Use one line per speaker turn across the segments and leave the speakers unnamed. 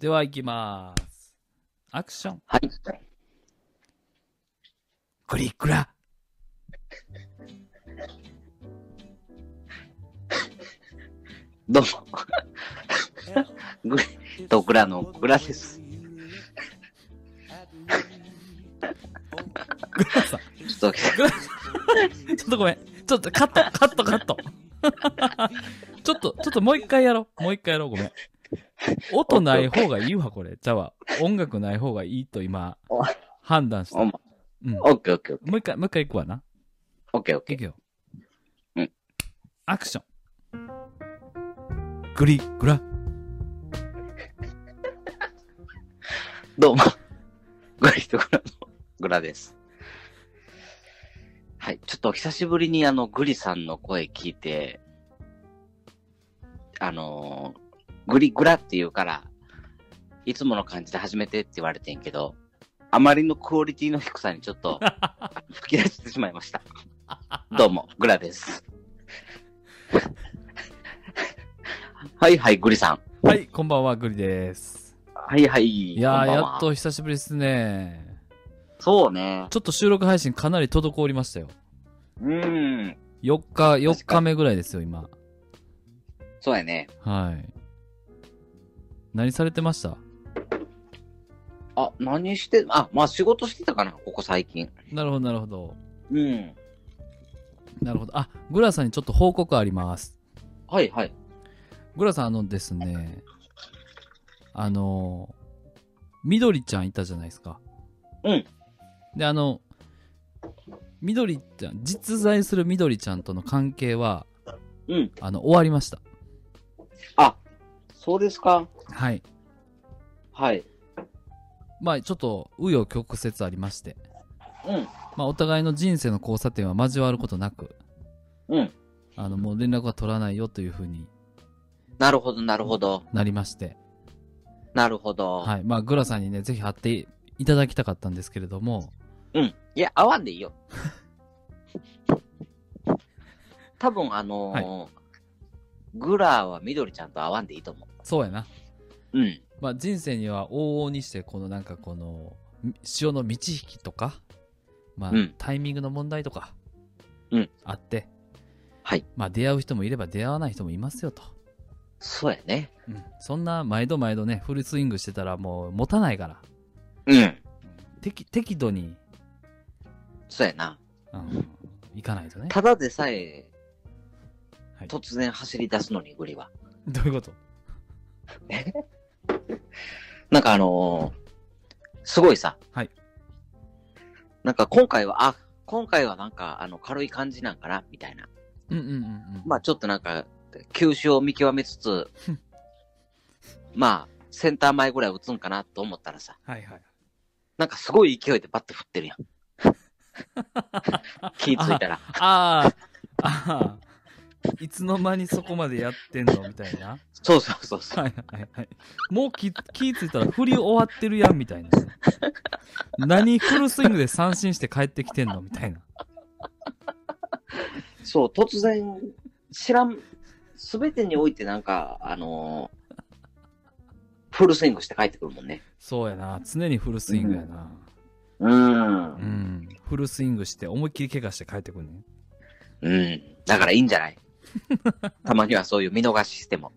では、行きます。アクション。
はい。
クリックラ。
どうも。 グドクラのグラです。
グラさん。
ちょっと、
グラさん。ちょっとごめん。ちょっとカット、カット、カット。 ちょっと、ちょっともう一回やろう。もう一回やろう。ごめん。音ない方がいいわ、これ。じゃあ、音楽ない方がいいと今
お、
判断した。
お
う
オ
ん
ッ。ケーオッケー
もう一回、もう一回行くわな。
オッケーオッケ
い
ー。
くよ。
うん。
アクション。グリグラ。
どうも。 グリドクラのグラです。はい。ちょっと久しぶりにあの、グリさんの声聞いて、あのーグリグラって言うから、いつもの感じで始めてって言われてんけど、あまりのクオリティの低さにちょっ と吹き出してしまいました。どうも、グ ラです。はいはい、グリさん。
はい、こんばんは、グリです。
はいはい。
いや
こ
ー、
んばん
や
は
っ。と久しぶりですね。
そうね。
ちょっと収録配信かなり滞りましたよ。
うん。
4日、4日目ぐらいですよ、今。
そうやね。
はい。何されてました
あ、何して、あ、まあ仕事してたかな、ここ最近。
なるほど、なるほど。
うん。
なるほど。あ、グラさんにちょっと報告あります。
はいはい。
グラさん、あのですね、あの、みどりちゃんいたじゃないですか。
うん。
で、あの、みどりちゃん、実在するみどりちゃんとの関係は、
うん。
あの、終わりました。
あ、そうですか。
はい。
はい。
まあ、ちょっと、紆余曲折ありまして、
うん。
まあ、お互いの人生の交差点は交わることなく、
うん。
あの、もう連絡は取らないよというふうに
なるほど、なるほど。
なりまして、
なるほど。
はい。まあ、グラさんにね、ぜひ貼っていただきたかったんですけれども、
うん。いや、合わんでいいよ。 多分、あのーグラーは緑ちゃんと合わんでいいと思
そうやな。
う。うん。
まあ、人生には往々にして、このなんかこの、み潮の満ち引きとか、まあ、
うん
タイミングの問題とか、
うん
あって、
はい。
まあ、出会う人もいれば出会わない人もいますよと。
そうやね。
うん。そんな、毎度毎度ね、フルスイングしてたらもう持たないから、
うん。
適適度に、
そうやな。
うん、いかないとね。
ただでさえ、
はい
突然走り出すのに、グリは。
どういうこと
なんかあのーすごいさ。
はい。
なんか今回は、あ、今回はなんかあの軽い感じなんかなみたいな。
うんうんうんうん。
まあちょっとなんか、球種を見極めつつ、 まあ、センター前ぐらい打つんかなと思ったらさ、
はいはい。
なんかすごい勢いでバット振って るやん。気ぃついたら。
ああ、ああ、いつの間にそこまでやってんのみたいな。
そうそうそうそう。
はいはいはい。もう気気ぃついたら振り終わってるやんみたいな。何フルスイングで三振して帰ってきてんのみたいな。
そう、突然、知らん、すべてにおいてなんか、あのーフルスイングして帰ってくるもんね。
そうやな。常にフルスイングやな。
うん
うん。フルスイングして思いっきり怪我して帰ってくるね。
うん。だからいいんじゃないたまにはそういう見逃ししても。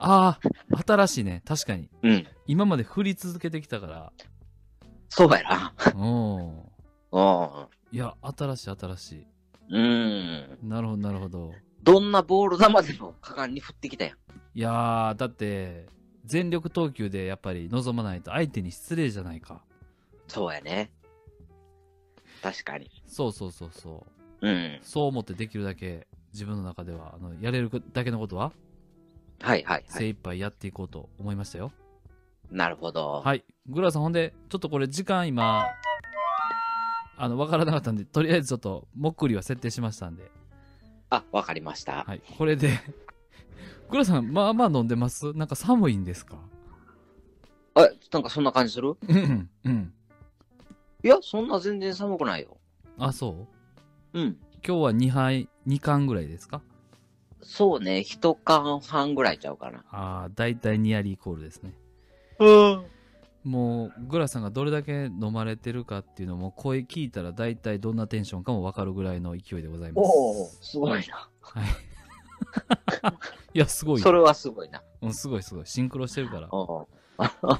ああ、新しいね。確かに。
うん。
今まで振り続けてきたか
そうやな。
ら。うん。
うん
いや、新しい新しい。
うん。
なるほどなるほど。
どんなボール球でも果敢に振ってきたやん。
いやー、だって、全力投球でやっぱり望まないと相手に失礼じゃないか。
そうやね。確かに。
そうそうそうそう。
うん。
そう思ってできるだけ自分の中では、あの、やれるだけのことは
はいはいはい。
精一杯やっていこうと思いましたよ。
なるほど。
はい。グラさん、ほんで、ちょっとこれ時間今、あの、わからなかったんで、とりあえずちょっと、もっくりは設定しましたんで。
あ、わかりました。
はい。これで、 グラさん、まあまあ飲んでますなんか寒いんですか
あ、なんかそんな感じする
うんうん。うん。
いや、そんな全然寒くないよ。
あ、そう
うん。
今日は2杯、2缶ぐらいですか
そうね。一缶半ぐらいちゃうかな。
ああ、大体ニアリーイコールですね。
うん。
もう、グラさんがどれだけ飲まれてるかっていうのも、声聞いたら大体どんなテンションかもわかるぐらいの勢いでございます。
おお、すごいな。
いや、すごい
そ。れはすごいな。
うん、すごいすごい。シンクロしてるから。
おお。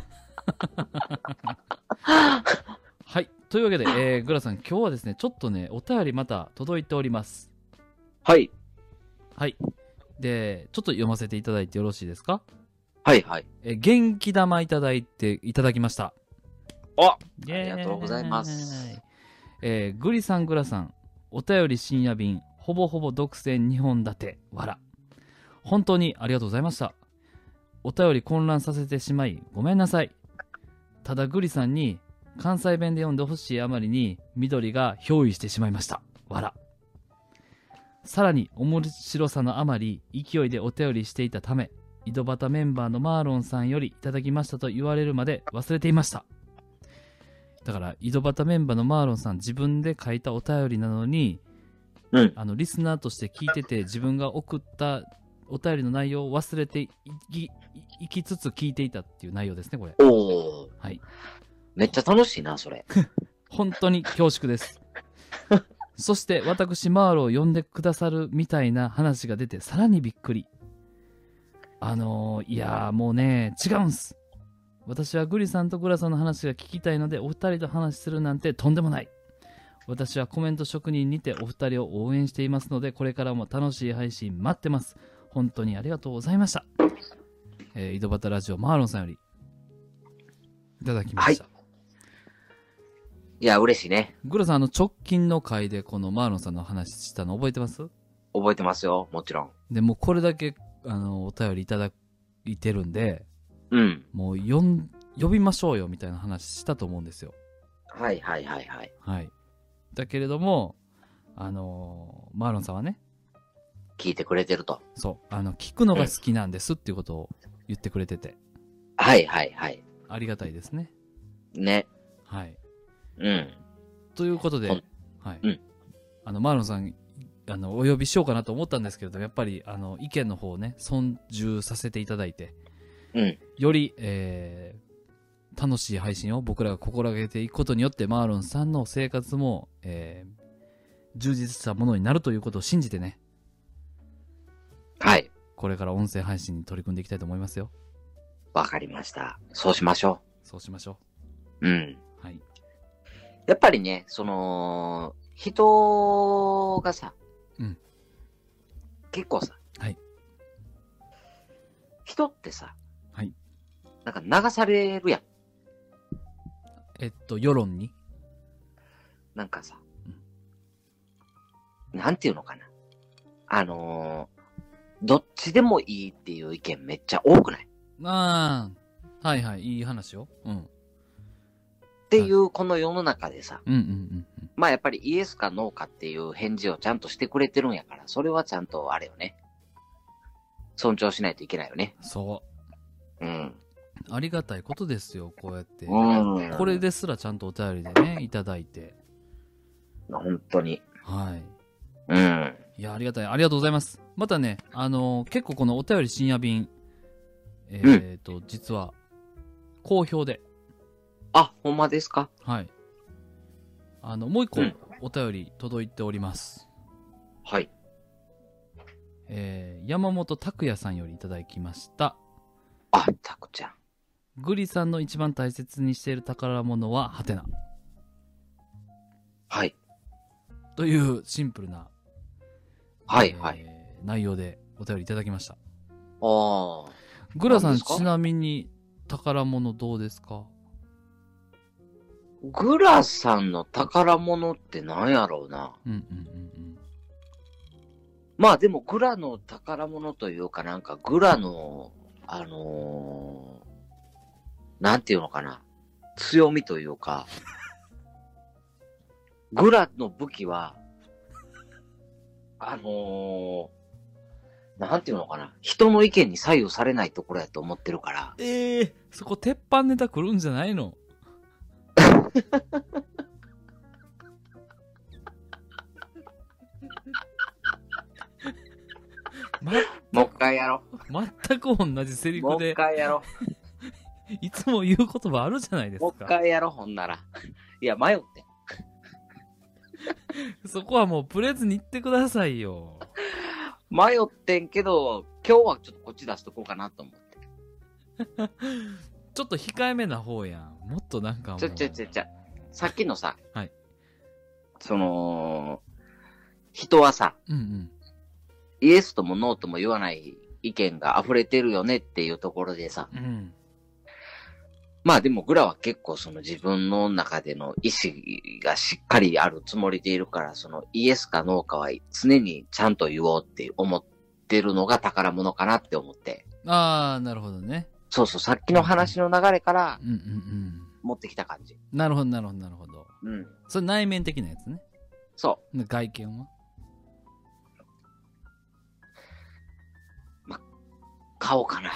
はい。というわけで、えー、グラさん、今日はですね、ちょっとね、お便りまた届いております。
はい。
はい。で、ちょっと読ませていただいてよろしいですか
はいはい。
えー、元気玉いただいて、いただきました。
あ
イエーイ
ありがとうございます。
えー、グリさんグラさん、お便り深夜便、ほぼほぼ独占2本立て、わら。本当にありがとうございました。お便り混乱させてしまい、ごめんなさい。ただグリさんに、関西弁で読んでほしいあまりに、緑が憑依してしまいました。わら。さらに、面白さのあまり、勢いでお便りしていたため、井戸端メンバーのマーロンさんよりいただきましたと言われるまで忘れていました。だから、井戸端メンバーのマーロンさん、自分で書いたお便りなのに、
うん
あの、リスナーとして聞いてて、自分が送ったお便りの内容を忘れていき、いいきつつ聞いていたっていう内容ですね、これ。
おお。
はい。
めっちゃ楽しいな、それ。
本当に恐縮です。そして私、マーロを呼んでくださるみたいな話が出て、さらにびっくり。あのーいやーもうね、違うんす。私はグリさんとグラさんの話が聞きたいので、お二人と話するなんてとんでもない。私はコメント職人にてお二人を応援していますので、これからも楽しい配信待ってます。本当にありがとうございました。えー井戸端ラジオマーロンさんより、いただきました。
いや、嬉しいね。
グラさん、あの、直近の回でこのマーロンさんの話したの覚えてます
覚えてますよ、もちろん。
で、もうこれだけ、あの、お便りいただいてるんで、
うん。
もう呼ん、呼びましょうよみたいな話したと思うんですよ。
はいはいはいはい。
はい。だけれども、あのーマーロンさんはね、
聞いてくれてると。
そう、あの、聞くのが好きなんですっていうことを言ってくれてて、
はいはいはい。
ありがたいですね。
ね。
はい。
うん。
ということで、
うん
はい。
うん
あの、マーロンさん、あの、お呼びしようかなと思ったんですけれども、やっぱり、あの、意見の方をね、尊重させていただいて、
うん。
より、えー楽しい配信を僕らが心がけていくことによって、マーロンさんの生活も、えー充実したものになるということを信じてね、
はい。
これから音声配信に取り組んでいきたいと思いますよ。
わかりました。そうしましょ
そうしましょ
う。うん。
う。はい。
やっぱりね、その、人がさ、
うん
結構さ、
はい
人ってさ、
はい
なんか流されるやん。
えっと、世論に。
なんかさ、なんていうのかな。あのーどっちでもいいっていう意見めっちゃ多くない
ああ、はいはい、いい話よ。うん。
っていうこの世の中でさ、
うんうんうんうん。
まあやっぱりイエスかノーかっていう返事をちゃんとしてくれてるんやから、それはちゃんとあれよね。尊重しないといけないよね。
そ
うん。
う。ありがたいことですよ、こうやって。
うん。
これですらちゃんとお便りでね、いただいて。
本当に。
はい。
うん。
いや、ありがたい。ありがとうございます。またね、あのー結構このお便り深夜便、えーと、実は、好評で、
あ、ほんまですか
はい。あの、もう一個
うん、
お便り届いております。
はい。
えー、山本拓也さんよりいただきました。
あ、たくちゃん。
グリさんの一番大切にしている宝物は、ハテナ。
はい。
というシンプルな、
はい、はい。
えー内容でお便りいただきました。
ああ。
グラさん、
何ですか
ちなみに、宝物どうですか
グラさんの宝物って何やろうな。
うんうんうん
まあでもグラの宝物というかなんかグラの、あのーなんていうのかな。強みという か、グラの武器は、あのーなんていうのかな。人の意見に左右されないところやと思ってるから。
うん。ええそこ鉄板ネタ来るんじゃないのま、
もう一回やろう。
全く同じセリフ
もう一
で、
回やろ
いつも言う言葉あるじゃないです
もう一
か。
回やろう、ほんなら。いや、迷って。
そこはもうブレずに言ってくださいよ。
迷ってんけど、今日はちょっとこっち出しとこうかなと思って。
ちょっと控えめな方やん。もっとなんかもう。
ちょちょちょちょ。さっきのさ、
はい
その、人はさ、
うんうん。
イエスともノーとも言わない意見が溢れてるよねっていうところでさ、
うん。
まあでもグラは結構その自分の中での意思がしっかりあるつもりでいるから、そのイエスかノーかは常にちゃんと言おうって思ってるのが宝物かなって思って。
あー、なるほどね。
そうそう、さっきの話の流れから
うんうんうん。
持ってきた感じ。
なるほど、なるほど、なるほど。
うん。
それ内面的なやつね。
そ
で外見は
う、買おうかな。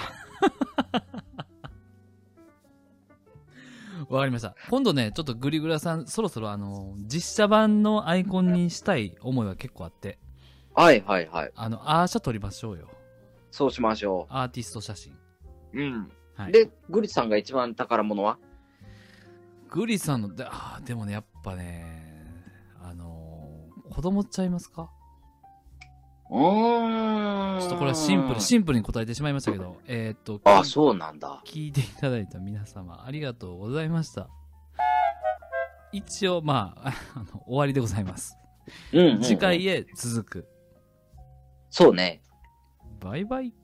わかりました。今度ね、ちょっとグリグラさん、そろそろあの、実写版のアイコンにしたい思いは結構あって、
はいはいはい。
あの、アーシャ撮りましょうよ。
そうしましょ
アーティスト写真。
う。うん。
はい。
で、グリさんが一番宝物は
グリさんの、であーでもね、やっぱね、あのー子供ちゃいますか
うーん。
ちょっとこれはシンプル、シンプルに答えてしまいましたけど、えーっと、
あ、そうなんだ。
聞いていただいた皆様、ありがとうございました。一応、まあ、 あの、終わりでございます。
うんうんうん、
次回へ続く。
そうね。
バイバイ。